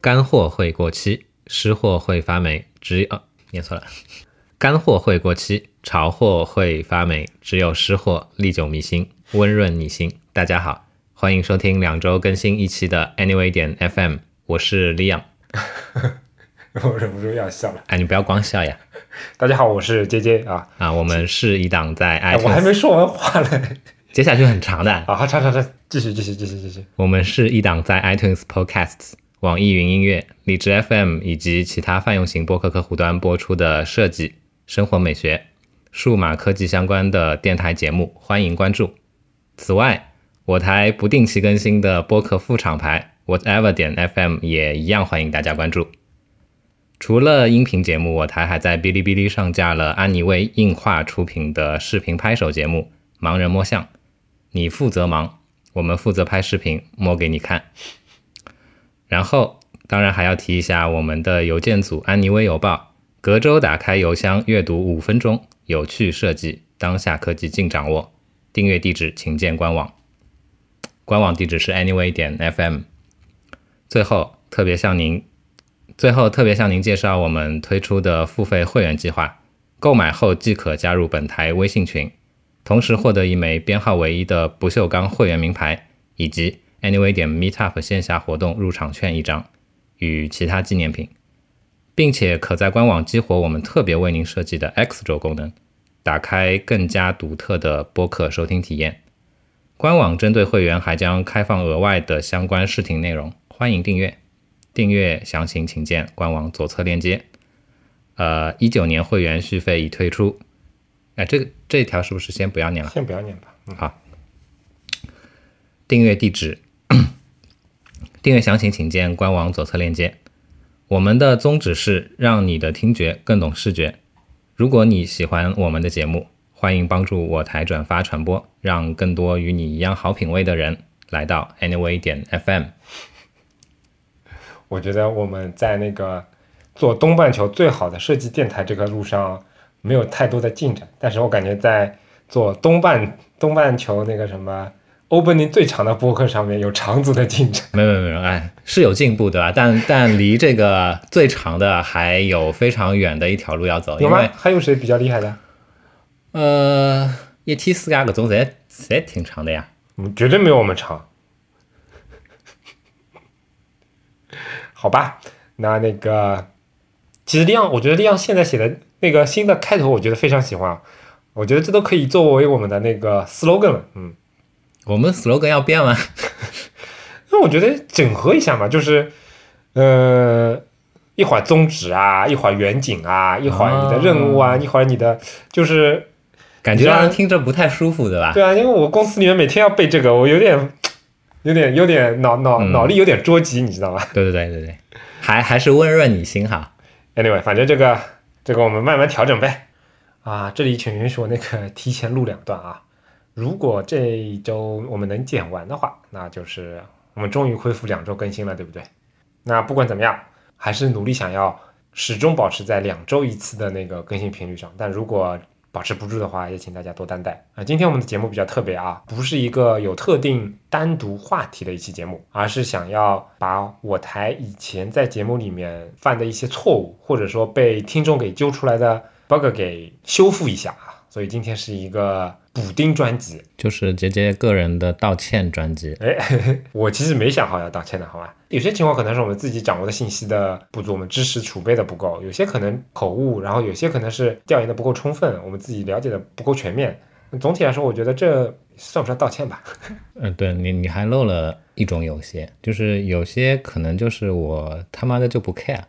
干货会过期，湿货会发霉，只有、哦、念错了，干货会过期，潮货会发霉，只有湿货历久弥新，温润你心。大家好，欢迎收听两周更新一期的 Anyway 点 FM，我是李养。我忍不住要笑了。哎，你不要光笑呀！大家好，我是 J J 啊，啊，我们是一档在哎，我还 iTunes，没说完话嘞。接下去很长的，啊，好，查查查，继续继续继续继续。我们是一档在 iTunes Podcasts、网易云音乐、理智 FM 以及其他泛用型播客客户端播出的设计、生活美学、数码科技相关的电台节目，欢迎关注。此外，我台不定期更新的播客副厂牌 Whatever 点 FM 也一样欢迎大家关注。除了音频节目，我台还在哔哩哔哩上架了安妮为映画出品的视频拍手节目《盲人摸象》，你负责忙，我们负责拍视频，摸给你看。然后，当然还要提一下我们的邮件组“安妮微邮报”，隔周打开邮箱阅读五分钟，有趣设计，当下科技尽掌握。订阅地址请见官网，官网地址是 anyway 点 fm。最后，特别向您，最后特别向您介绍我们推出的付费会员计划，购买后即可加入本台微信群，同时获得一枚编号为一的不锈钢会员名牌，以及 Anyway 点 Meetup 线下活动入场券一张与其他纪念品，并且可在官网激活我们特别为您设计的 X 轴功能，打开更加独特的播客收听体验。官网针对会员还将开放额外的相关试听内容，欢迎订阅。订阅详情请见官网左侧链接。呃，一九年会员续费已退出。哎，这个这条是不是先不要念了？先不要念吧。嗯，好，订阅地址， 订阅详情请见官网左侧链接。我们的宗旨是让你的听觉更懂视觉。如果你喜欢我们的节目，欢迎帮助我台转发传播，让更多与你一样好品味的人来到 Anyway 点 FM。我觉得我们在那个做东半球最好的设计电台这个路上没有太多的进展，但是我感觉在做东半东半球那个什么 opening 最长的播客上面有长足的进展。没有没有没有，哎，是有进步对吧？但 但离这个最长的还有非常远的一条路要走，有因吗为？还有谁比较厉害的？呃，一天四嘎搿种侪侪挺长的呀。嗯，绝对没有我们长。好吧，那那个，其实利昂，我觉得利昂现在写的那个新的开头，我觉得非常喜欢啊，我觉得这都可以作为我们的那个 slogan 了。嗯，我们 slogan 要变吗？那我觉得整合一下嘛，就是，呃，一会儿宗旨啊，一会儿远景啊，一会儿你的任务啊，一会儿你的就是感觉让人听着不太舒服，对吧？对啊，因为我公司里面每天要背这个，我有点有点有点脑脑嗯脑力有点捉急，你知道吗？对对对对对，还还是温润你心哈。 Anyway，反正这个这个我们慢慢调整呗。啊，这里请允许我那个提前录两段啊。如果这一周我们能剪完的话，那就是我们终于恢复两周更新了，对不对？那不管怎么样，还是努力想要始终保持在两周一次的那个更新频率上。但如果保持不住的话，也请大家多担待啊、今天我们的节目比较特别啊，不是一个有特定单独话题的一期节目，而是想要把我台以前在节目里面犯的一些错误，或者说被听众给揪出来的 bug 给修复一下啊。所以今天是一个补丁专辑。就是杰杰个人的道歉专辑，哎， 我其实没想好要道歉的，好吧？有些情况可能是我们自己掌握的信息的不足，我们知识储备的不够；有些可能口误，然后有些可能是调研的不够充分，我们自己了解的不够全面。总体来说，我觉得这算不上道歉吧？嗯、对你你还漏了一种有些，就是有些可能就是我他妈的就不 care，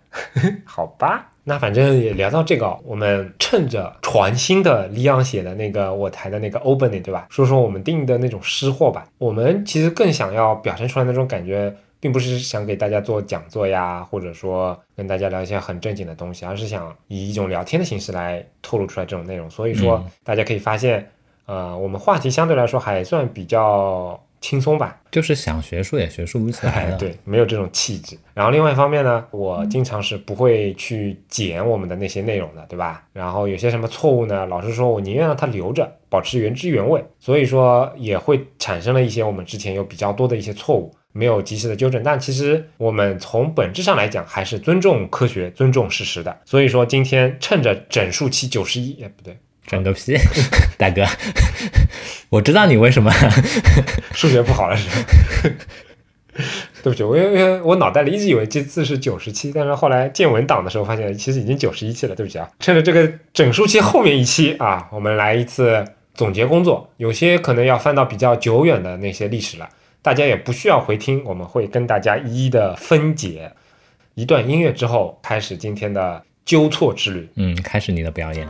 好吧，那反正也聊到这个，我们趁着传新的李昂写的那个我台的那个 opening，对吧？说说我们定的那种湿货吧。我们其实更想要表现出来那种感觉，并不是想给大家做讲座呀，或者说跟大家聊一些很正经的东西，而是想以一种聊天的形式来透露出来这种内容。所以说，大家可以发现，呃，我们话题相对来说还算比较轻松吧，就是想学术也学术不起来哎了。，对，没有这种气质。然后另外一方面呢，我经常是不会去剪我们的那些内容的，对吧？然后有些什么错误呢，老实说，我宁愿让它留着，保持原汁原味。所以说也会产生了一些我们之前有比较多的一些错误。没有及时的纠正。但其实我们从本质上来讲，还是尊重科学、尊重事实的。所以说，今天趁着整数期九十一，哎，不对，整个屁， 大哥，我知道你为什么数学不好了是吧？对不起，我因为我脑袋里一直以为这次是九十期，但是后来建文档的时候发现其实已经九十一期了。对不起啊，趁着这个整数期后面一期啊，我们来一次总结工作，有些可能要翻到比较久远的那些历史了，大家也不需要回听，我们会跟大家一一的分解。一段音乐之后，开始今天的纠错之旅。嗯，开始你的表演。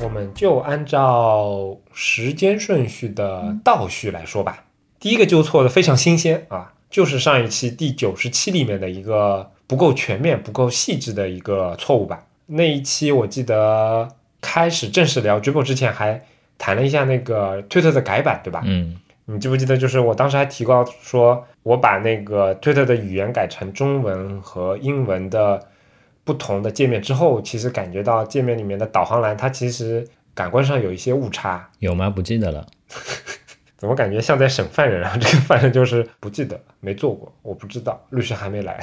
我们就按照时间顺序的倒序来说吧。第一个纠错的非常新鲜啊，就是上一期第九十期里面的一个不够全面、不够细致的一个错误吧。那一期我记得开始正式聊 Dribble 之前，还谈了一下那个 Twitter 的改版，对吧？嗯你记不记得，就是我当时还提到说，我把那个 Twitter 的语言改成中文和英文的不同的界面之后，其实感觉到界面里面的导航栏它其实感官上有一些误差，有吗？不记得了。怎么感觉像在审犯人啊？这 个犯人就是不记得，没做过，我不知道，律师还没来。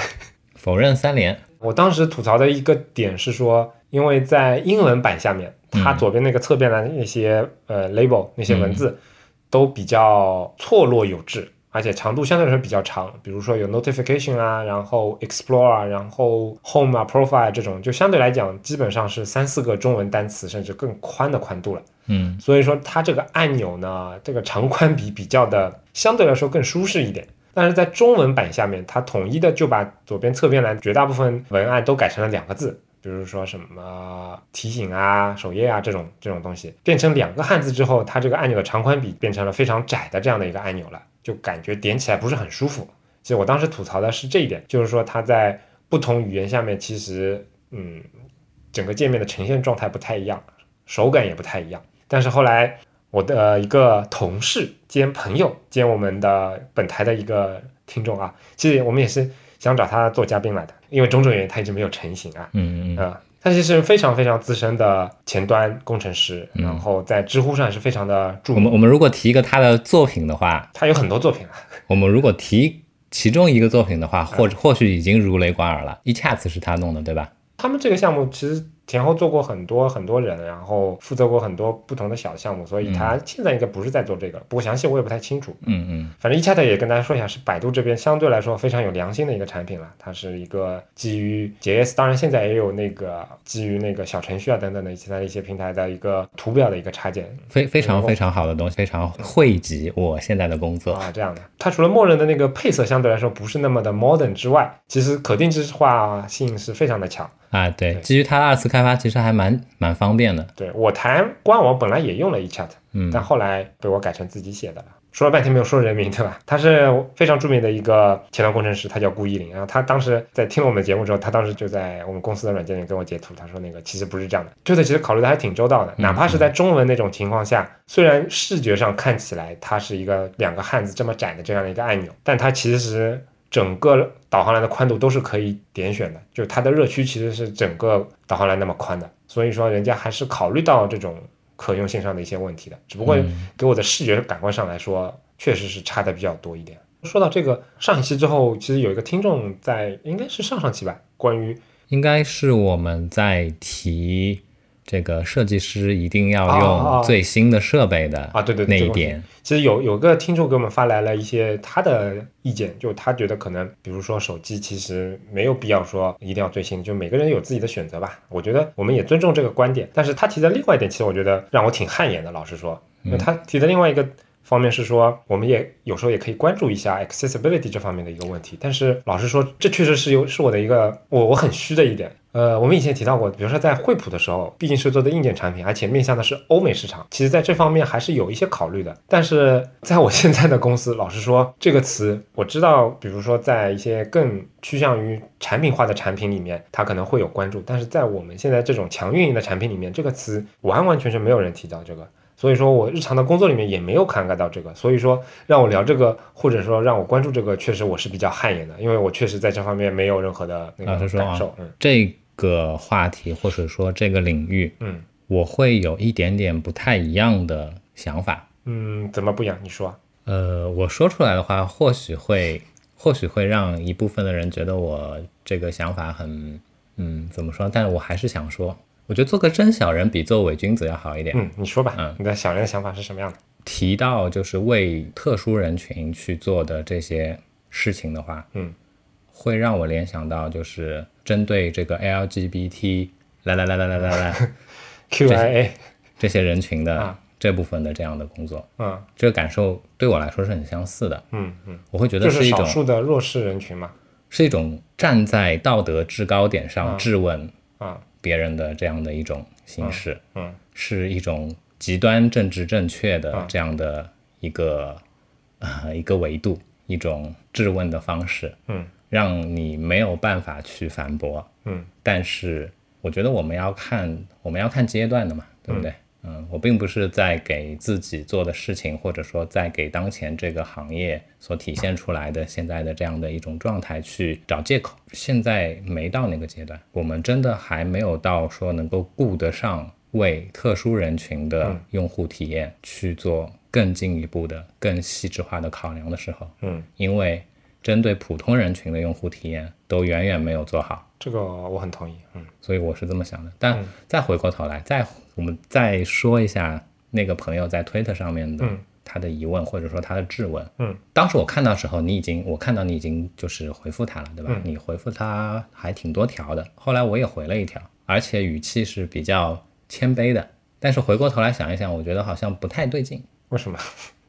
否认三连。我当时吐槽的一个点是说，因为在英文版下面，它嗯左边那个侧边的那些、呃 label 那些文字都比较错落有致，而且长度相对来说比较长，比如说有 notification 啊，然后 explore 啊，然后 home 啊 profile 啊这种，就相对来讲基本上是三四个中文单词甚至更宽的宽度了。嗯所以说它这个按钮呢，这个长宽比比较的相对来说更舒适一点。但是在中文版下面，它统一的就把左边侧边栏绝大部分文案都改成了两个字，比如说什么提醒啊、首页啊这种这种东西，变成两个汉字之后，它这个按钮的长宽比变成了非常窄的这样的一个按钮了，就感觉点起来不是很舒服。其实我当时吐槽的是这一点，就是说它在不同语言下面，其实嗯，整个界面的呈现状态不太一样，手感也不太一样。但是后来我的呃一个同事兼朋友兼我们的本台的一个听众啊，其实我们也是想找他做嘉宾来的，因为种种原因他一直没有成型啊，嗯嗯嗯，啊、他其实是非常非常资深的前端工程师，嗯然后在知乎上也是非常的著我名，们我们如果提一个他的作品的话，他有很多作品啊， 我们如果提其中一个作品的话，嗯或或许已经如雷贯耳了。一恰次是他弄的，对吧？他们这个项目其实前后做过很多很多人，然后负责过很多不同的小项目，所以他现在应该不是在做这个，不过详细我也不太清楚。嗯嗯反正 eChat 也跟大家说一下，是百度这边相对来说非常有良心的一个产品了。它是一个基于 JS，当然现在也有那个基于那个小程序啊等等的其他的一些平台的一个图表的一个插件，非非然常后非常好的东西，非常惠及我现在的工作。啊，这样的。它除了默认的那个配色相对来说不是那么的 modern 之外，其实可定制化性是非常的强。啊，对，对基于他的二次开发，其实还蛮蛮方便的。对我台官网本来也用了 eChat，嗯但后来被我改成自己写的了。说了半天没有说人名，对吧？他是非常著名的一个前端工程师，他叫顾一林。然后他当时在听了我们节目之后，他当时就在我们公司的软件里跟我截图，他说那个其实不是这样的。对的，其实考虑的还挺周到的。哪怕是在中文那种情况下，虽然视觉上看起来它是一个两个汉字这么窄的这样的一个按钮，但它其实整个导航栏的宽度都是可以点选的，就它的热区其实是整个导航栏那么宽的，所以说人家还是考虑到这种可用性上的一些问题的，只不过嗯给我的视觉感官上来说，确实是差的比较多一点。说到这个上一期之后，其实有一个听众在，应该是上上期吧，关于应该是我们在提这个设计师一定要哦哦哦用最新的设备的啊对对对那这一个问题点。其实有有个听众给我们发来了一些他的意见，就他觉得可能，比如说手机其实没有必要说一定要最新，就每个人有自己的选择吧。我觉得我们也尊重这个观点，但是他提的另外一点，其实我觉得让我挺汗颜的，老实说，因为他提的另外一个方面是说，我们也有时候也可以关注一下 accessibility 这方面的一个问题。但是老实说，这确实是有是我的一个我我很虚的一点。呃，我们以前提到过，比如说在惠普的时候，毕竟是做的硬件产品，而且面向的是欧美市场，其实在这方面还是有一些考虑的。但是在我现在的公司，老实说，这个词我知道，比如说在一些更趋向于产品化的产品里面，它可能会有关注，但是在我们现在这种强运营的产品里面，这个词完完全全没有人提到这个。所以说我日常的工作里面也没有涵盖到这个，所以说让我聊这个，或者说让我关注这个，确实我是比较汗颜的，因为我确实在这方面没有任何的老那个实说感啊受。嗯，这个话题或者说这个领域，嗯我会有一点点不太一样的想法。嗯，怎么不一样？你说？呃，我说出来的话，或许会，或许会让一部分的人觉得我这个想法很，嗯，怎么说？但我还是想说，我觉得做个真小人比做伪君子要好一点。嗯，你说吧。嗯你的小人的想法是什么样的？提到就是为特殊人群去做的这些事情的话，嗯，会让我联想到就是针对这个 LGBT 来来来来来来来 QIA，这些人群的啊这部分的这样的工作，嗯这个感受对我来说是很相似的。嗯嗯，我会觉就得是一少种数的弱势人群嘛。是一种站在道德制高点上质问啊别人的这样的一种形式，嗯是一种极端政治正确的这样的一个啊、一个维度，一种质问的方式，嗯让你没有办法去反驳。嗯但是我觉得我们要看我们要看阶段的嘛，对不对？嗯我并不是在给自己做的事情，或者说在给当前这个行业所体现出来的现在的这样的一种状态去找借口。现在没到那个阶段，我们真的还没有到说能够顾得上为特殊人群的用户体验去做更进一步的、更细致化的考量的时候，嗯，因为针对普通人群的用户体验都远远没有做好。这个我很同意。嗯所以我是这么想的。但再回过头来，再我们再说一下那个朋友在推特上面的、嗯他的疑问，或者说他的质问。嗯，当时我看到时候，你已经我看到你已经就是回复他了，对吧？嗯你回复他还挺多条的，后来我也回了一条，而且语气是比较谦卑的。但是回过头来想一想，我觉得好像不太对劲，为什么？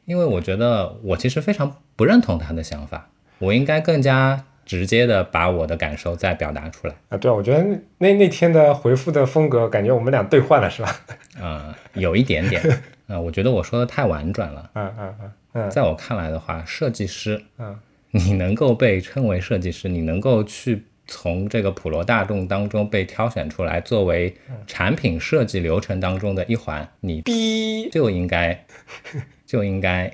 因为我觉得我其实非常不认同他的想法，我应该更加直接的把我的感受再表达出来。啊，对啊，我觉得那那天的回复的风格，感觉我们俩对换了，是吧？呃，有一点点，呃，我觉得我说的太婉转了。嗯嗯嗯嗯在我看来的话，设计师，嗯，你能够被称为设计师，你能够去从这个普罗大众当中被挑选出来，作为嗯产品设计流程当中的一环，你，B 就应 该就应该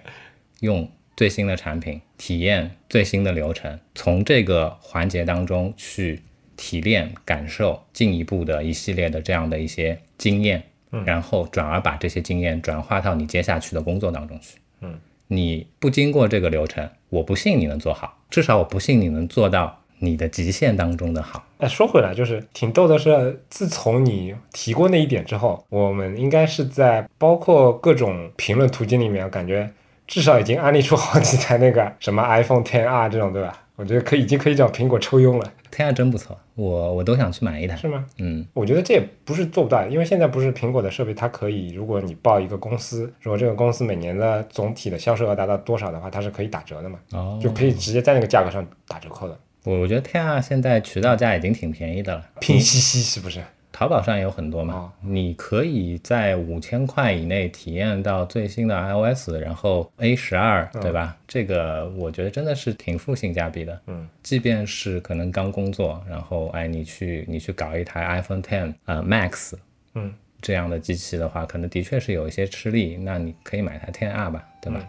用最新的产品，体验最新的流程，从这个环节当中去提炼、感受进一步的一系列的这样的一些经验，嗯然后转而把这些经验转化到你接下去的工作当中去。嗯，你不经过这个流程，我不信你能做好，至少我不信你能做到你的极限当中的好。哎，说回来，就是挺逗的是，自从你提过那一点之后，我们应该是在包括各种评论途径里面，感觉至少已经安利出好几台那个什么 iPhone 10 R 这种，对吧？我觉得可以，已经可以叫苹果抽佣了，天啊，真不错，我我都想去买一台。是吗？嗯，我觉得这也不是做不到，因为现在不是苹果的设备，它可以，如果你报一个公司，如果这个公司每年的总体的销售额达到多少的话，它是可以打折的嘛，哦，就可以直接在那个价格上打折扣的，我我觉得天啊，现在渠道价已经挺便宜的了，拼夕夕是不是？淘宝上也有很多嘛，哦你可以在五千块以内体验到最新的 iOS，然后 A 十二、嗯对吧？这个我觉得真的是挺负性价比的。嗯，即便是可能刚工作，然后哎，你去你去搞一台 iPhone Ten 呃 Max 嗯这样的机器的话，可能的确是有一些吃力。那你可以买台 Ten R 吧，对吧？嗯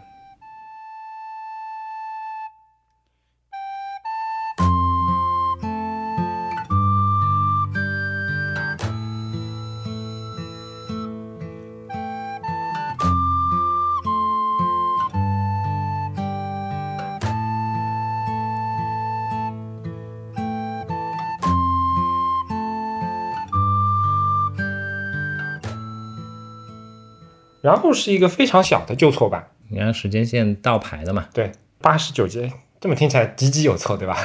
然后是一个非常小的纠错吧，你按时间线倒排的嘛，对，八十九集，这么听起来集集有错，对吧？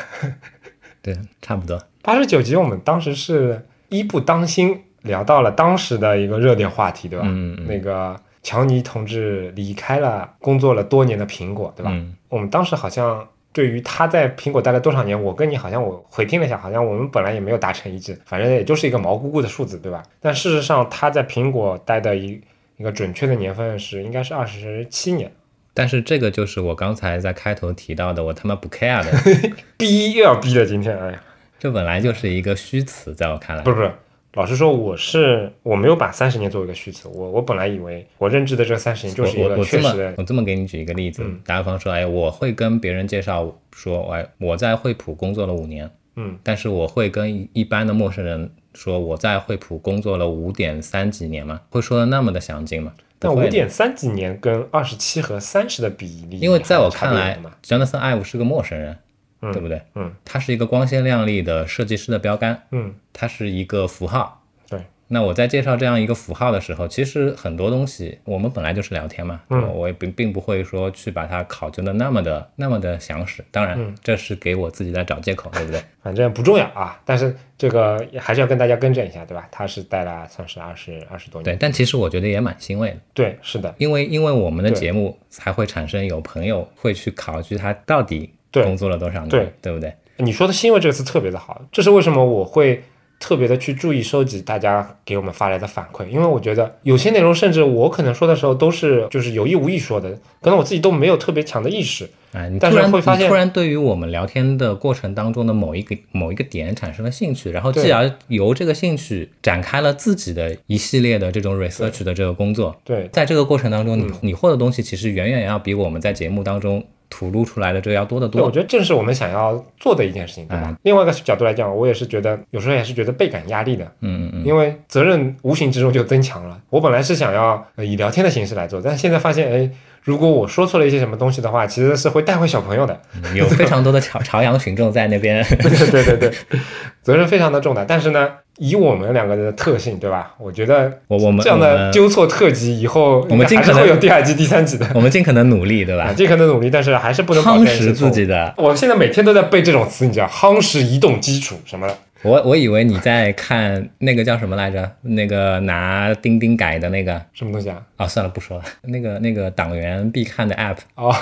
对，差不多。八十九集我们当时是一不当心聊到了当时的一个热点话题，对吧？嗯嗯嗯那个乔尼同志离开了工作了多年的苹果，对吧？嗯我们当时好像对于他在苹果待了多少年，我跟你好像我回听了一下，好像我们本来也没有达成一致，反正也就是一个毛估估的数字，对吧？但事实上他在苹果待的一一个准确的年份是应该是二十七年，但是这个就是我刚才在开头提到的，我他妈不 care 的，逼又要逼了，今天哎呀，这本来就是一个虚词，在我看来不，是不是。老实说，我是我没有把三十年作为一个虚词，我我本来以为我认知的这三十年就是一我我个我这确么实的我这么给你举一个例子嗯，打个比方说，哎，我会跟别人介绍说，哎，我在惠普工作了五年，嗯，但是我会跟一一般的陌生人说我在惠普工作了五点三几年吗？会说的那么的详尽吗？但不五会的点三几年跟二十七和三十的比例，因为在我看来嘛， ，Jonathan Ive 是个陌生人，嗯对不对？嗯他是一个光鲜亮丽的设计师的标杆，嗯，它是一个符号。对，那我在介绍这样一个符号的时候，其实很多东西我们本来就是聊天嘛，嗯对吧我也并并不会说去把它考究的那么的那么的详实。当嗯然，这是给我自己在找借 口，对不对？反正不重要啊。但是这个也还是要跟大家更正一下，对吧？他是带了算是二十二十多对，年，但其实我觉得也蛮欣慰的，对是的，因为因为我们的对节目才会产生有朋友会去考据他到底对工作了多少年，对不对？你说的“欣慰”这个词特别的好，这是为什么我会特别的去注意收集大家给我们发来的反馈，因为我觉得有些内容甚至我可能说的时候都是就是有意无意说的，可能我自己都没有特别强的意识。哎，你但突是然会发你现突然对于我们聊天的过程当中的某一个某一个点产生了兴趣，然后对继而由这个兴趣展开了自己的一系列的这种 research 的这个工作。对，在这个过程当嗯中，你、你获得的东西其实远远要比我们在节目当中吐露出来的这个要多得对，我多。觉得正是我们想要做的一件事情，对吧？另外一个角度来讲，我也是觉得有时候也是觉得倍感压力的，嗯嗯嗯，因为责任无形之中就增强了。我本来是想要呃以聊天的形式来做，但是现在发现，哎，如果我说错了一些什么东西的话，其实是会带回小朋友的。嗯有非常多的朝朝阳群众在那边。 对对对对，责任非常的重大。但是呢，以我们两个人的特性，对吧？我觉得我我们这样我的们纠错特辑以后，我们尽还是可能会有第二集、第三集的。 我们尽可能努力，对啊，吧？尽可能努力，但是还是 不能保夯证实是错自误己。的。我现在每天都在背这种词，你知道，夯实移动基础什么的。我我以为你在看那个叫什么来着？那个拿钉钉改的那个。什么东西啊？啊、算了，不说了。那个那个党员必看的 app，哦，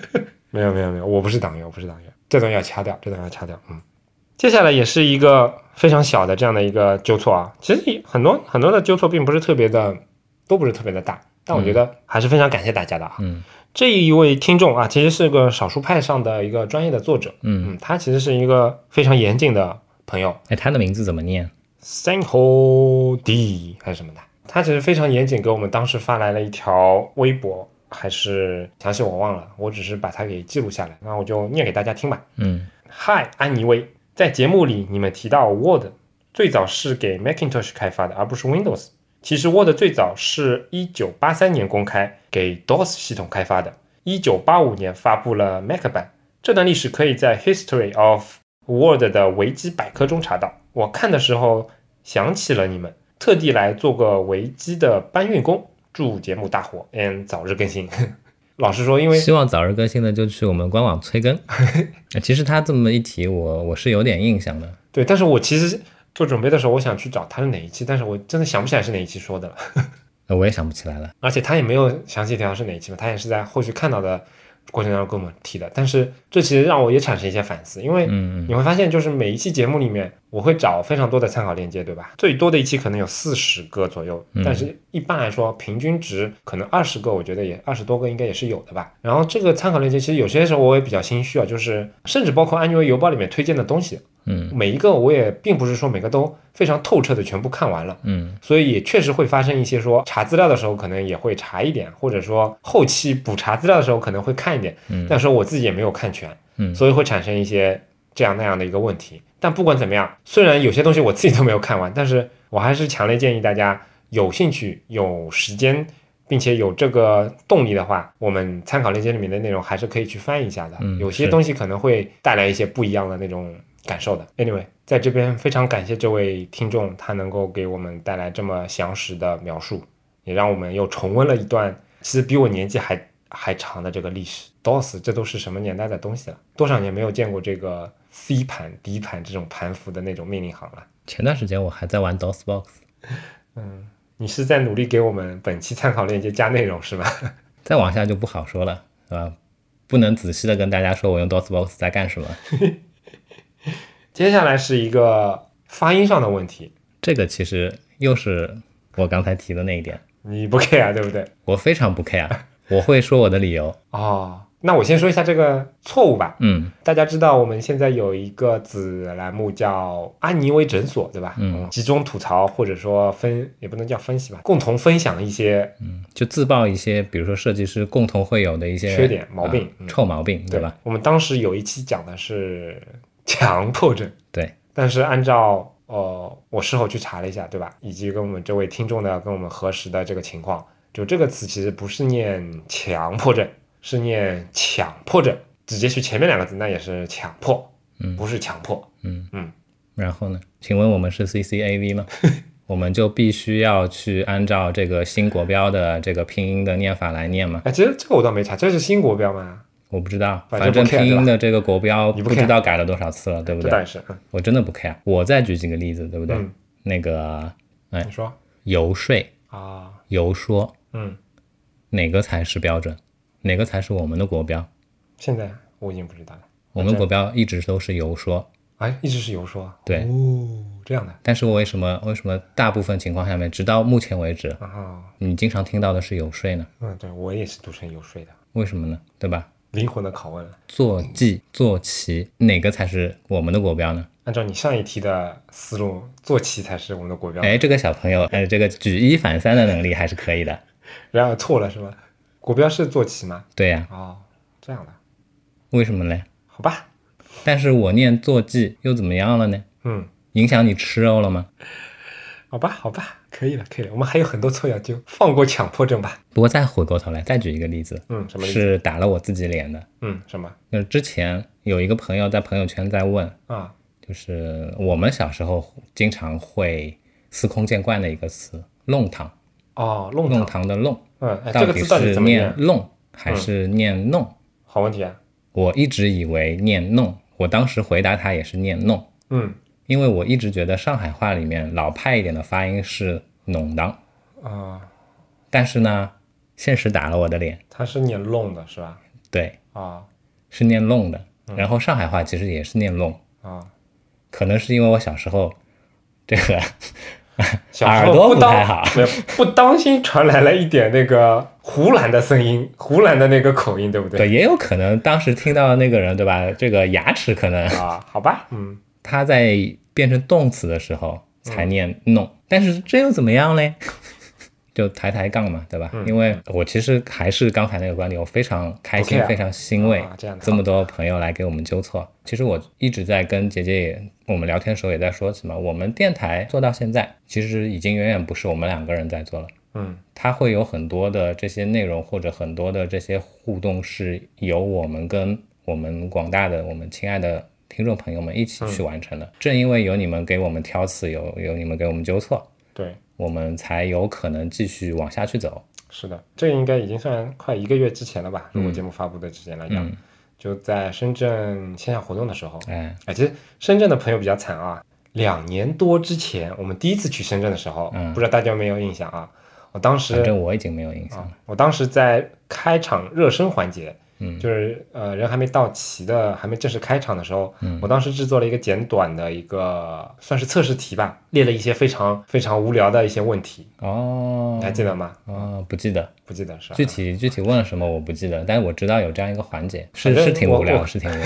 没有没有没有，我不是党员，我不是党员，这段要掐掉，这段要掐掉。嗯，接下来也是一个非常小的这样的一个纠错啊，其实也很多很多的纠错并不是特别的，都不是特别的大，但我觉得还是非常感谢大家的啊。嗯这一位听众啊，其实是个少数派上的一个专业的作者，嗯，嗯，他其实是一个非常严谨的朋友，哎，他的名字怎么念？ Sanho D 还是什么的，他其实非常严谨，给我们当时发来了一条微博，还是详细我忘了，我只是把它给记录下来，那我就念给大家听吧。嗯嗨，安妮薇，在节目里你们提到 Word 最早是给 Macintosh 开发的，而不是 Windows。其实 Word 最早是一九八三年公开给 DOS 系统开发的，一九八五年发布了 Mac 版。这段历史可以在 History of Word 的维基百科中查到。我看的时候想起了你们，特地来做个维基的搬运工。祝节目大火，and 早日更新。 老实说，因为希望早日更新的就去我们官网 催更。哎其实他这么一提，我我是有点印象的。对，但是我其实做准备的时候，我想去找他是哪一期，但是我真的想不起来是哪一期说的了，呃我也想不起来了。而且他也没有详细提到是哪一期嘛，他也是在后续看到的过程当中跟我们提的。但是这其实让我也产生一些反思，因为嗯嗯，你会发现，就是每一期节目里面，我会找非常多的参考链接，对吧？最多的一期可能有四十个左右，嗯但是一般来说，平均值可能二十个，我觉得也二十多个应该也是有的吧。然后这个参考链接，其实有些时候我也比较心虚啊，就是甚至包括安妮微邮报里面推荐的东西，嗯每一个我也并不是说每个都非常透彻的全部看完了。嗯所以也确实会发生一些说查资料的时候可能也会查一点，或者说后期补查资料的时候可能会看一点，嗯但是我自己也没有看全，嗯所以会产生一些这样那样的一个问题。但不管怎么样，虽然有些东西我自己都没有看完，但是我还是强烈建议大家有兴趣、有时间，并且有这个动力的话，我们参考链接里面的内容还是可以去翻一下的。嗯有些是东西可能会带来一些不一样的那种感受的。Anyway，在这边非常感谢这位听众，他能够给我们带来这么详实的描述，也让我们又重温了一段其实比我年纪还还长的这个历史。DOS 这都是什么年代的东西了？多少年没有见过这个 C 盘、D 盘这种盘符的那种命令行了？前段时间我还在玩 DOSBox，嗯，你是在努力给我们本期参考链接加内容是吧？ 再往下就不好说了，是吧？不能仔细的跟大家说我用 DOSBox 在干什么。接下来是一个发音上的问题，这个其实又是我刚才提的那一点，你不 care 啊对不对？我非常不 care，我会说我的理由。哦，那我先说一下这个错误吧。嗯，大家知道我们现在有一个子栏目叫“安妮薇诊所”，对吧？嗯，集中吐槽或者说分也不能叫分析吧，共同分享一些就自曝一些，比如说设计师共同会有的一些缺点毛病啊嗯臭毛病，对吧？？我们当时有一期讲的是 强迫症，对，但是按照呃，我事后去查了一下，对吧？以及跟我们这位听众的跟我们核实的这个情况，就这个词其实不是念强迫症，是念强迫症。直接去前面两个字，那也是强迫，嗯不是强迫。嗯嗯。然后呢？请问我们是 CCAV 吗？我们就必须要去按照这个新国标的这个拼音的念法来念吗？哎，其实这个我倒没查，这是新国标吗？我不知道，反反正正不拼 care，对吧音的这个国标你不不知 care 道改了多少次了，对不这倒对？也是。嗯，我真的不 care。我再举几个例子，对不对嗯？那个你说游说、啊，游说，嗯，哪个才是标准？哪个才是我们的国标？现在我已经不知道了。我们国标一直都是游说，哎，一直是游说。对哦，这样的但是我为什么为什么大部分情况下面，直到目前为止，啊，你经常听到的是游说呢？嗯，对我也是读成游说的，为什么呢？对吧？灵魂的拷问了。坐骑、坐骑，哪个才是我们的国标呢？按照你上一题的思路，坐骑才是我们的国标。哎，这个小朋友，哎，这个举一反三的能力还是可以的。然而错了是吗？国标是坐骑吗？对呀、哦，这样的，为什么嘞？好吧，但是我念坐骑又怎么样了呢？嗯，影响你吃肉了吗？好吧，好吧，可以了，可以了，我们还有很多错要纠，放过强迫症吧。不过再回过头来，再举一个例子，嗯，什么例子？是打了我自己脸的。嗯，什么就是之前有一个朋友在朋友圈在问，啊？就是我们小时候经常会司空见惯的一个词“弄堂哦，”，弄弄堂。堂的“弄嗯，”哎，到这个底字到底是怎么念念嗯“弄”还是念“弄好问题啊。”？我一直以为念“弄”，我当时回答他也是念“弄嗯，”，因为我一直觉得上海话里面老派一点的发音是“弄堂啊，”，但是呢，现实打了我的脸，它是念弄的是吧？对，啊是念“弄”的。嗯然后上海话其实也是念“弄啊，”，可能是因为我小时候这个小耳时候朵不不当太好没有不当心传来了一点那个湖南的声音，湖南的那个口音，对不对？对，也有可能当时听到的那个人，对吧？这个牙齿可能 啊，好吧，嗯，他在变成动词的时候才念弄，但是这又怎么样嘞？ 就抬抬杠嘛，对吧？嗯因为我其实还是刚才那个观点，我非常开心 OK 啊非常欣慰，啊这样的这么多朋友来给我们纠错。其实我一直在跟杰杰也，我们聊天的时候也在说什么，我们电台做到现在，其实已经远远不是我们两个人在做了。嗯它会有很多的这些内容或者很多的这些互动，是由我们跟我们广大的我们亲爱的听众朋友们一起去完成的。嗯正因为有你们给我们挑刺，有有你们给我们纠错，对，我们才有可能继续往下去走。是的，这个应该已经算快一个月之前了吧？如果节目发布的之前来讲，嗯就在深圳线下活动的时候，哎，哎，其实深圳的朋友比较惨啊。两年多之前，我们第一次去深圳的时候，嗯不知道大家有没有印象啊？我当时反正我已经没有印象啊了。，我当时在开场热身环节，嗯就是呃人还没到齐的，还没正式开场的时候，嗯我当时制作了一个简短的一个算是测试题吧，列了一些非常非常无聊的一些问题，哦你还记得哎吗？哦，不记得不记得是吧具？体具体问了什么我不记得，但是我知道有这样一个环节，是反正是挺我无聊，我是挺无聊。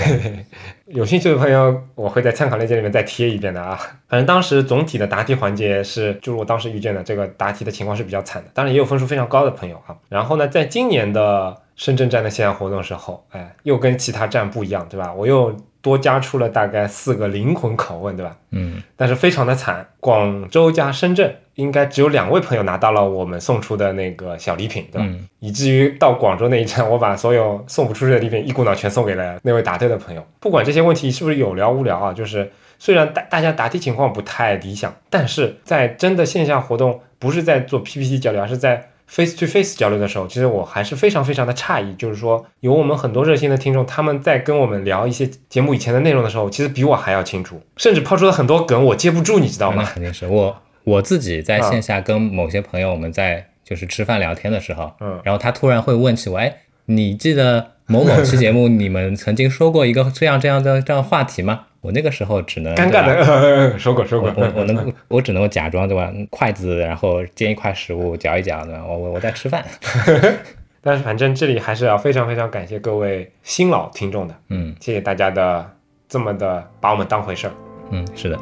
有兴趣的朋友，我会在参考链接里面再贴一遍的啊。反正当时总体的答题环节是，就是我当时遇见的这个答题的情况是比较惨的，当然也有分数非常高的朋友啊。然后呢，在今年的深圳站的线下活动时候，哎，又跟其他站不一样，对吧？我又多加出了大概四个灵魂拷问，对吧？嗯，但是非常的惨，广州加深圳应该只有两位朋友拿到了我们送出的那个小礼 品，对吧？嗯以至于到广州那一站，我把所有送不出去的礼品一股脑全送给了那位答对的朋友。不管这些问题是不是有聊无聊啊，就是虽然大大家答题情况不太理想，但是在真的线下活动，不是在做 PPT 交流，而是在 face to face 交流的时候，其实我还是非常非常的诧异，就是说有我们很多热心的听众，他们在跟我们聊一些节目以前的内容的时候，其实比我还要清楚，甚至抛出了很多梗，我接不住，你知道那吗？肯定是我我自己在啊线下跟某些朋友，我们在就是吃饭聊天的时候，嗯然后他突然会问起我，哎，你记得某某期节 目你们曾经说过一个这样这样的这样的话题吗？我那个时候只能嗯尴尬的，对吧啊 呃说过说过我，我我能我只能够假装对吧？筷子，然后煎一块食物，嚼一嚼呢。我我我在吃饭， 但是反正这里还是要非常非常感谢各位新老听众的，嗯谢谢大家的这么的把我们当回事儿。嗯，是的，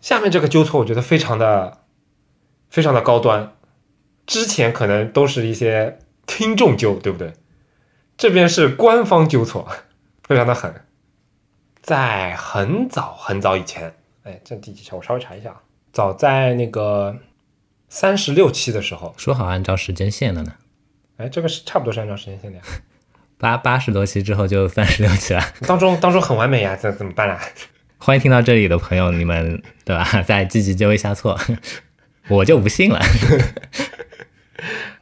下面这个纠错，我觉得非常的非常的高端。之前可能都是一些听众纠，对不对？这边是官方纠错，非常的狠。在很早很早以前，哎，这第几期我稍微查一下啊，早在那个三十六期的时候，说好按照时间线的呢，哎，这个是差不多是按照时间线的呀。八八十多期之后就三十六期了。当中当中很完美呀，这怎么办啦、啊欢迎听到这里的朋友，你们对吧？ 再积极纠一下错， 我就不信了。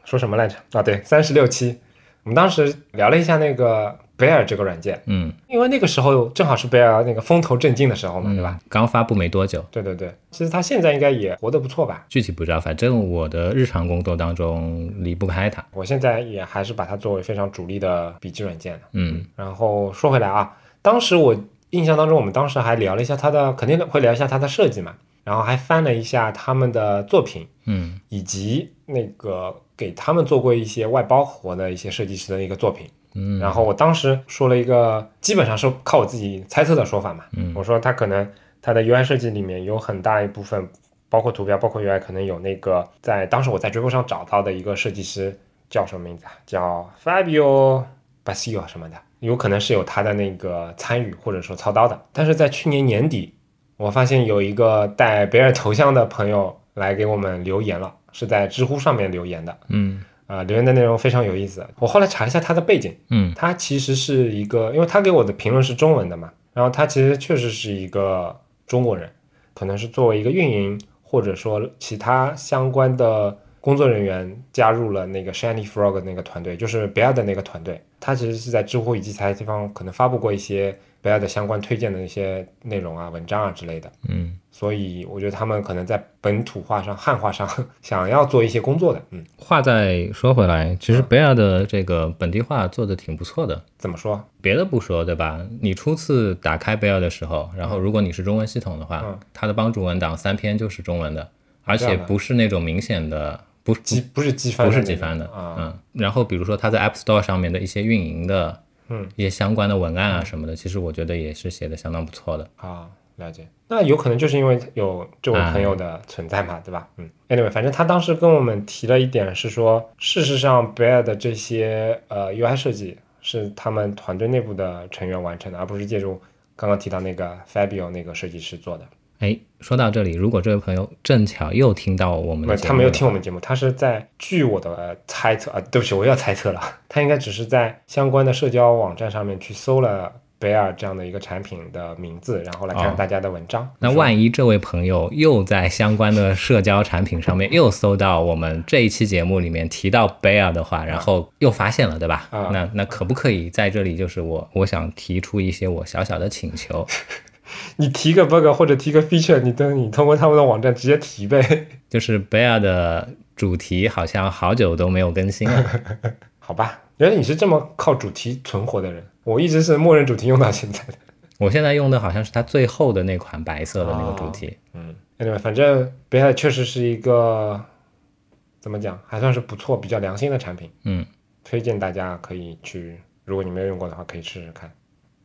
说什么来着？啊，对，三十六期，我们当时聊了一下那个 Bear 这个软件，嗯，因为那个时候正好是 Bear 那个风头正劲的时候嘛，对吧？？刚发布没多久，对对对，其实他现在应该也活得不错吧？具体不知道，反正我的日常工作当中离不开它。我现在也还是把它作为非常主力的笔记软件了。嗯然后说回来啊，当时我印象当中，我们当时还聊了一下它的，肯定会聊一下它的设计嘛，然后还翻了一下他们的作品，嗯以及那个给他们做过一些外包活的一些设计师的一个作品。嗯然后我当时说了一个，基本上是靠我自己猜测的说法嘛。嗯我说它可能它的 UI 设计里面有很大一部分，包括图标，包括 UI，可能有那个在当时我在追梦上找到的一个设计师叫什么名字啊？叫 Fabio Basio 什么的，有可能是有他的那个参与或者说操刀的。但是在去年年底，我发现有一个带北尔头像的朋友来给我们留言了，是在知乎上面留言的。嗯啊，留言的内容非常有意思。我后来查了一下他的背景，嗯他其实是一个，因为他给我的评论是中文的嘛，然后他其实确实是一个中国人，可能是作为一个运营或者说其他相关的工作人员加入了那个 Shiny Frog 那个团队，就是贝尔的那个团队。他其实是在知乎以及其他地方可能发布过一些贝尔的相关推荐的一些内容啊、文章啊之类的。嗯，所以我觉得他们可能在本土化上、汉化上 想要做一些工作的，嗯，话再说回来，其实贝尔的这个本地化做的挺不错的。怎么说？别的不说，对吧？你初次打开贝尔的时候，然后如果你是中文系统的话，嗯它的帮助文档三篇就是中文的，而这且样的不是那种明显的不机不是机翻不的那是种，几番的，啊，嗯。然后比如说它在 App Store 上面的一些运营的，嗯，一些相关的文案啊什么的，其实我觉得也是写的相当不错的。啊，了解。那有可能就是因为有这位朋哎友的存在嘛，对吧？嗯，anyway，反正他当时跟我们提了一点是说，事实上 Bear 的这些呃 UI 设计是他们团队内部的成员完成的，而不是借助刚刚提到那个 Fabio 那个设计师做的。哎，说到这里，如果这位朋友正巧又听到我们的，不他没有听我，们节目，他是在据我的猜测啊，对不起，我又要猜测了， 他应该只是在相关的社交网站上面去搜了 Bear 这样的一个产品的名字，然后来哦看大家的文章。那万一这位朋友又在相关的社交产品上面 又搜到我们这一期节目里面提到贝尔的话，然后又发现了，对吧？啊那那可不可以在这里就是我我想提出一些我小小的请 求，你提个 bug 或者提个 feature，你等你通过他们的网站直接提呗， 就是贝尔的主题好像好久都没有更新 了。好吧？原来你是这么靠主题存活的人，我一直是默认主题用到现在的。我现在用的好像是它最后的那款白色的那个主题，嗯，anyway，反正北海确实是一个怎么讲，还算是不错、比较良心的产品，嗯，推荐大家可以去，如果你没有用过的话，可以试试看。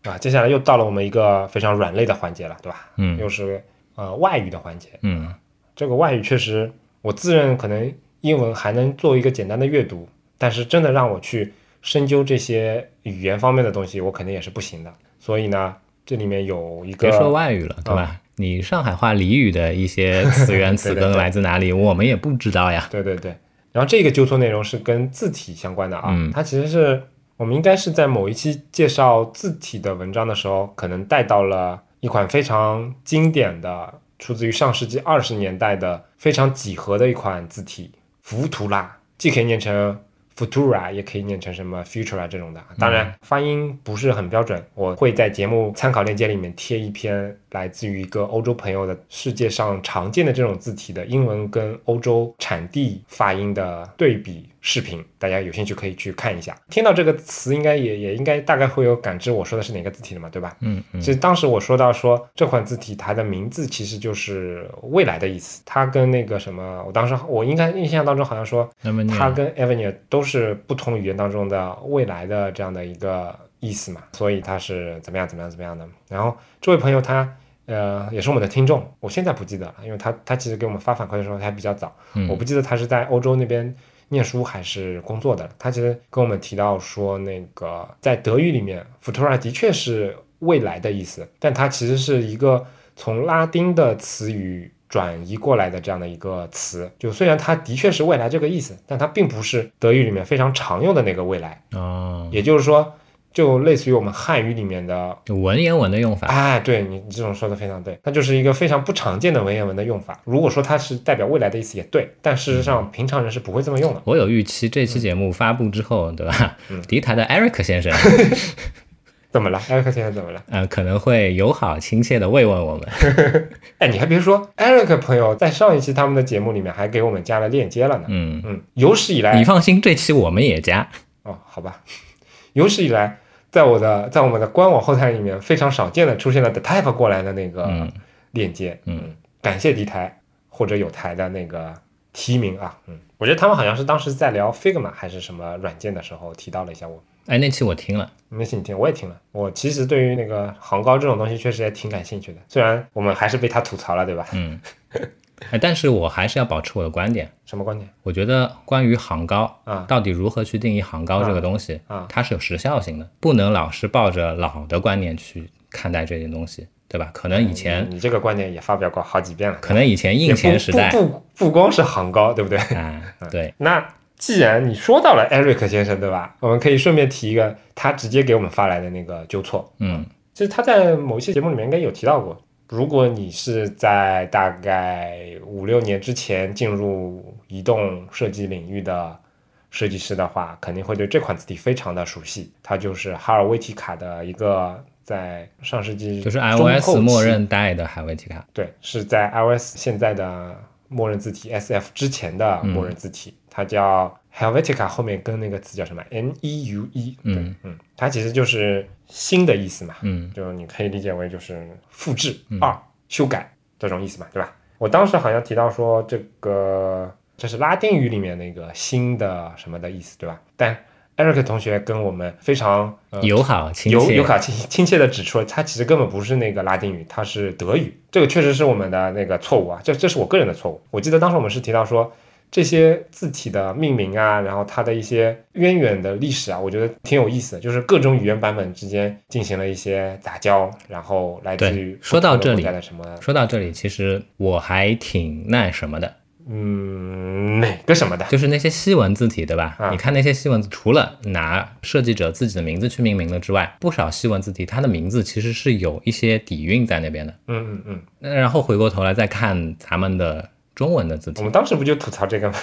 啊，接下来又到了我们一个非常软肋的环节了，对吧？嗯又是呃外语的环节。嗯这个外语确实，我自认可能英文还能做一个简单的阅读，但是真的让我去深究这些语言方面的东西，我肯定也是不行的。所以呢，这里面有一别说个啊外语了，对吧？你上海话俚语的一些词源词 对对根对来自哪里，我们也不知道呀。对对对，然后这个纠错内容是跟字体相关的啊，嗯它其实是我们应该是在某一期介绍字体的文章的时候，可能带到了一款非常经典的，出自于上世纪二十年代的非常几何的一款字体——浮图拉，既可以念成 Futura，也可以念成什么 Futura 这种的。啊当然，发音不是很标准，我会在节目参考链接里面贴一篇来自于一个欧洲朋友的世界上常见的这种字体的英文跟欧洲产地发音的对比视频，大家有兴趣可以去看一下。听到这个词，应该也也应该大概会有感知，我说的是哪个字体的嘛，对吧？嗯嗯其实当时我说到说这款字体它的名字其实就是未来的意思，它跟那个什么，我当时我应该印象当中好像说那么念它跟 avenue 都是不同语言当中的未来的这样的一个意思嘛，所以它是怎么样怎么样怎么样的。然后这位朋友他呃也是我们的听众，我现在不记得了，因为他他其实给我们发反馈的时候还比较早，嗯我不记得他是在欧洲那边念书还是工作的了。他其实跟我们提到说，那个在德语里面，futura 的确是未来的意思，但它其实是一个从拉丁的词语转移过来的这样的一个词。就虽然它的确是未来这个意思，但它并不是德语里面非常常用的那个未来。哦，也就是说，就类似于我们汉语里面的就文言文的用法。哎，对你这种说的非常对，它就是一个非常不常见的文言文的用法。如果说它是代表未来的意思也对，但事实嗯上平常人是不会这么用的。我有预期，这期节目发布之后，对吧？嗯敌台的 Eric 先 生，怎么了，艾瑞克先生怎么了？呃，可能会友好亲切的慰问我们。哎，你还别说，艾瑞克朋友在上一期他们的节目里面还给我们加了链接了呢。嗯，嗯，有史以你来放心，这期我们也加。哦，好吧，有史以来在我的在我们的官网后台里面非常少见的出现了 the type 过来的那个嗯链接。嗯，感谢敌台或者有台的那个提名啊。嗯，我觉得他们好像是当时在聊 Figma 还是什么软件的时候提到了一下我。哎，那期我听了，那期你听，我也听了。我其实对于那个行高这种东西确实也挺感兴趣的，虽然我们还是被他吐槽了，对吧？嗯，哎，但是我还是要保持我的观点。什么观点？我觉得关于行高啊到底如何去定义行高这个东西啊啊它是有时效性的，不能老是抱着老的观念去看待这件东西，对吧？可能以前，你你这个观点也发表过好几遍了，可能以前也印不钱时代不不不光是行高，对不对？啊，对，那既然你说到了 Eric 先生，对吧？我们可以顺便提一个他直接给我们发来的那个纠错。嗯，其实他在某一期节目里面应该有提到过，如果你是在大概五六年之前进入移动设计领域的设计师的话，肯定会对这款字体非常的熟悉。它就是哈尔威提卡的一个在上世纪就是中后 iOS 期默认带的海威提卡，对，是在 iOS 现在的默认字体 SF 之前的嗯默认字体，它叫 Helvetica，后面跟那个词叫什么 N E U E，对嗯嗯，它其实就是新的意思嘛，嗯就你可以理解为就是复制、二修改这种意思嘛，对吧？我当时好像提到说这个这是拉丁语里面那个新的什么的意思，对吧？但 Eric 同学跟我们非常、呃、友好亲尤切尤，卡亲亲切的指出了，它其实根本不是那个拉丁语，它是德语。这个确实是我们的那个错误啊，这这是我个人的错误。我记得当时我们是提到说，这些字体的命名啊，然后它的一些渊源的历史啊，我觉得挺有意思的，就是各种语言版本之间进行了一些杂交，然后来自对于说到这里不同的国家的什么，说到这里，其实我还挺那什么的，嗯，哪个什么的，就是那些西文字体，对吧？啊你看那些西文字，除了拿设计者自己的名字去命名了之外，不少西文字体它的名字其实是有一些底蕴在那边的。嗯嗯嗯，那然后回过头来再看咱们的中文的字我体，们当时不就吐槽这个吗？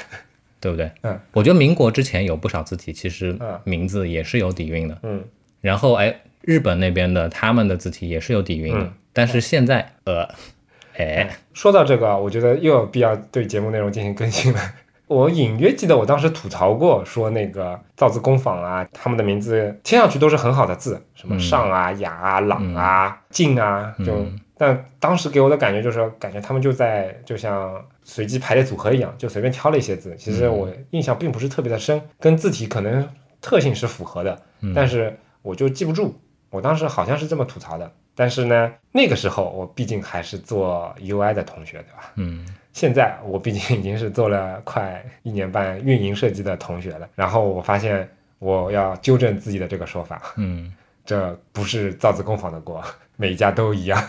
对不对？嗯，我觉得民国之前有不少字体其实嗯名字也是有底蕴的。嗯，然后哎，日本那边的他们的字体也是有底蕴的，嗯但是现在呃，哎，说到这个，我觉得又有必要对节目内容进行更新了。 我隐约记得我当时吐槽过，说那个造字工坊啊，他们的名字听上去都是很好的字，什么上啊、雅啊、朗啊、静啊，就、但当时给我的感觉就是，感觉他们就在就像随机排列组合一样，就随便挑了一些字。其实我印象并不是特别的深，跟字体可能特性是符合的，嗯但是我就记不住。我当时好像是这么吐槽的，但是呢，那个时候我毕竟还是做 UI 的同学，对吧？嗯现在我毕竟已经是做了快一年半运营设计的同学了，然后我发现我要纠正自己的这个说法，嗯，这不是造字工坊的锅，每一家都一样。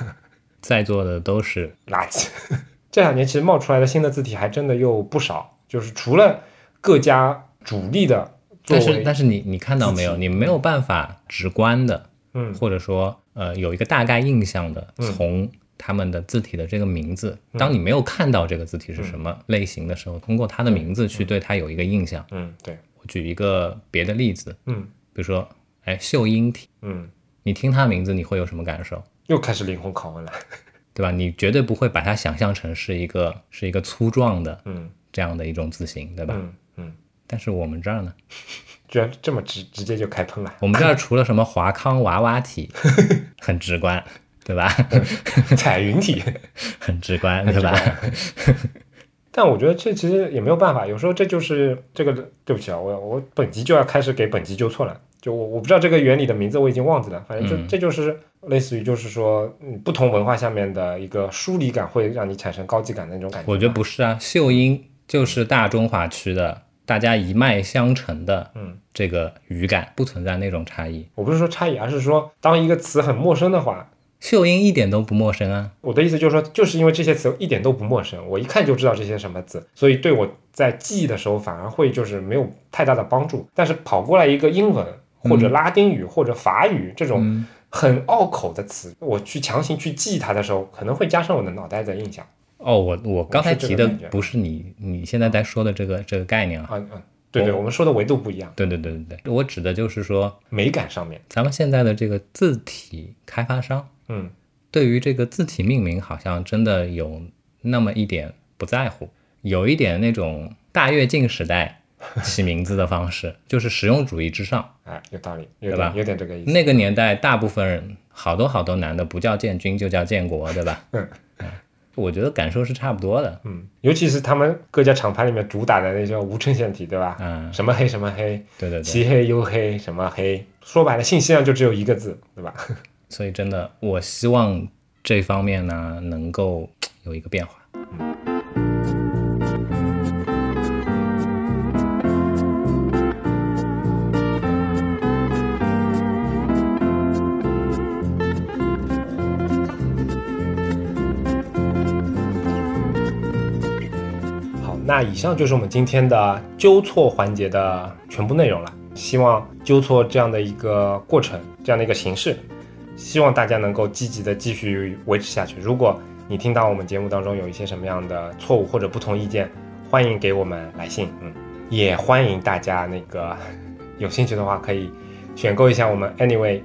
在座的都是垃圾。 这两年其实冒出来的新的字体还真的又不少，就是除了各家主力的作但为，是但是你你看到没有？自你没有办法直观的，嗯或者说呃有一个大概印象的，嗯从他们的字体的这个名字，当你没有看到这个字体是什么类型的时候，通过它的名字去对它有一个印象。嗯对我举一个别的例子，嗯比如说，哎，秀英体，嗯，你听它名字你会有什么感受？又开始灵魂拷问了，对吧？你绝对不会把它想象成是一个是一个粗壮的嗯这样的一种字形，对吧？嗯嗯，但是我们这儿呢，居然这么直直接就开喷了， 我们这儿除了什么华康娃娃 体，很直观，对吧？彩云体。嗯 很直观，对吧？但我觉得这其实也没有办法，有时候这就是这个，对不起啊，我我本集就要开始给本集纠错了，就我我不知道这个原理的名字我已经忘记了，反正就、嗯这就是类似于就是说，嗯，不同文化下面的一个疏离感会让你产生高级感的那种感觉吧。我觉得不是啊，秀英就是大中华区的，大家一脉相承的，嗯，这个语感不存在那种差异。我不是说差异，而是说当一个词很陌生的话，秀英一点都不陌生啊，我的意思就是说，就是因为这些词一点都不陌生，我一看就知道这些什么字，所以对我在记忆的时候反而会就是没有太大的帮助。但是跑过来一个英文或嗯者拉丁语或者法语这种很拗口的词，我去强行去记它的时候，可能会加深我的脑袋的印象。哦，我我刚才提的我是这个感觉不是你你现在在说的这个这个概念啊，啊嗯，对对，我们说的维度不一样，对对对对对，我指的就是说，美感上面，咱们现在的这个字体开发商嗯，对于这个字体命名好像真的有那么一点不在乎，有一点那种大跃进时代起名字的方式，就是实用主义至上。哎，有道理，有对吧点有点这个意思。那个年代，大部分人好多好多男的不叫建军就叫建国，对吧？嗯，我觉得感受是差不多的。嗯，尤其是他们各家厂牌里面主打的那些无衬线体，对吧？嗯，什么黑什么黑，对对对。其黑黝黑，什么黑？说白了，信息量就只有一个字，对吧？所以真的，我希望这方面呢能够有一个变化。好，那以上就是我们今天的纠错环节的全部内容了。希望纠错这样的一个过程，这样的一个形式，希望大家能够积极的继续维持下去。如果你听到我们节目当中有一些什么样的错误或者不同意见，欢迎给我们来信，嗯，也欢迎大家那个有兴趣的话可以选购一下我们 Anyway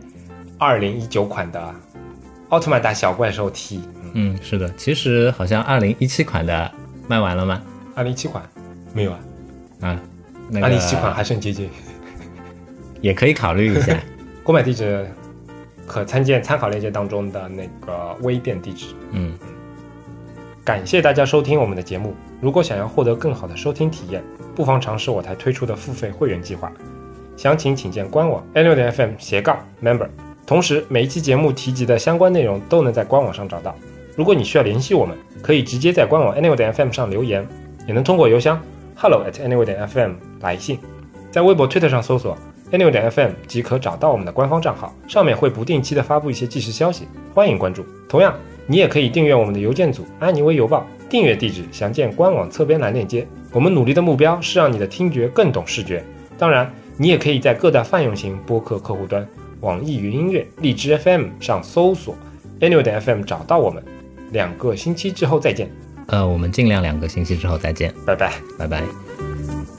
二零一九款的奥特曼大小怪兽 T，嗯，嗯，是的，其实好像二零一七款的卖完了吗？二零一七款没有啊，啊，那二零一七款个还剩接近。也可以考虑一下。购买地址可参见参考链接当中的那个微店地址。嗯，感谢大家收听我们的节目。如果想要获得更好的收听体验，不妨尝试我台推出的付费会员计划，详情请见官网 a n u a FM 斜杠 member。同时，每一期节目提及的相关内容都能在官网上找到。如果你需要联系我们，可以直接在官网 a n u a FM 上留言，也能通过邮箱 hello at a n u a FM 来信。在微博、推特上搜索 a n u a FM 即可找到我们的官方账号，上面会不定期的发布一些即时消息，欢迎关注。同样，你也可以订阅我们的邮件组“安妮微邮报”，订阅地址详见官网侧边栏链接。我们努力的目标是让你的听觉更懂视觉。当然，你也可以在各大泛用型播客客户端、网易云音乐、荔枝 FM 上搜索 a n u a FM 找到我们。两个星期之后再见，呃，我们尽量两个星期之后再见，拜拜。拜拜。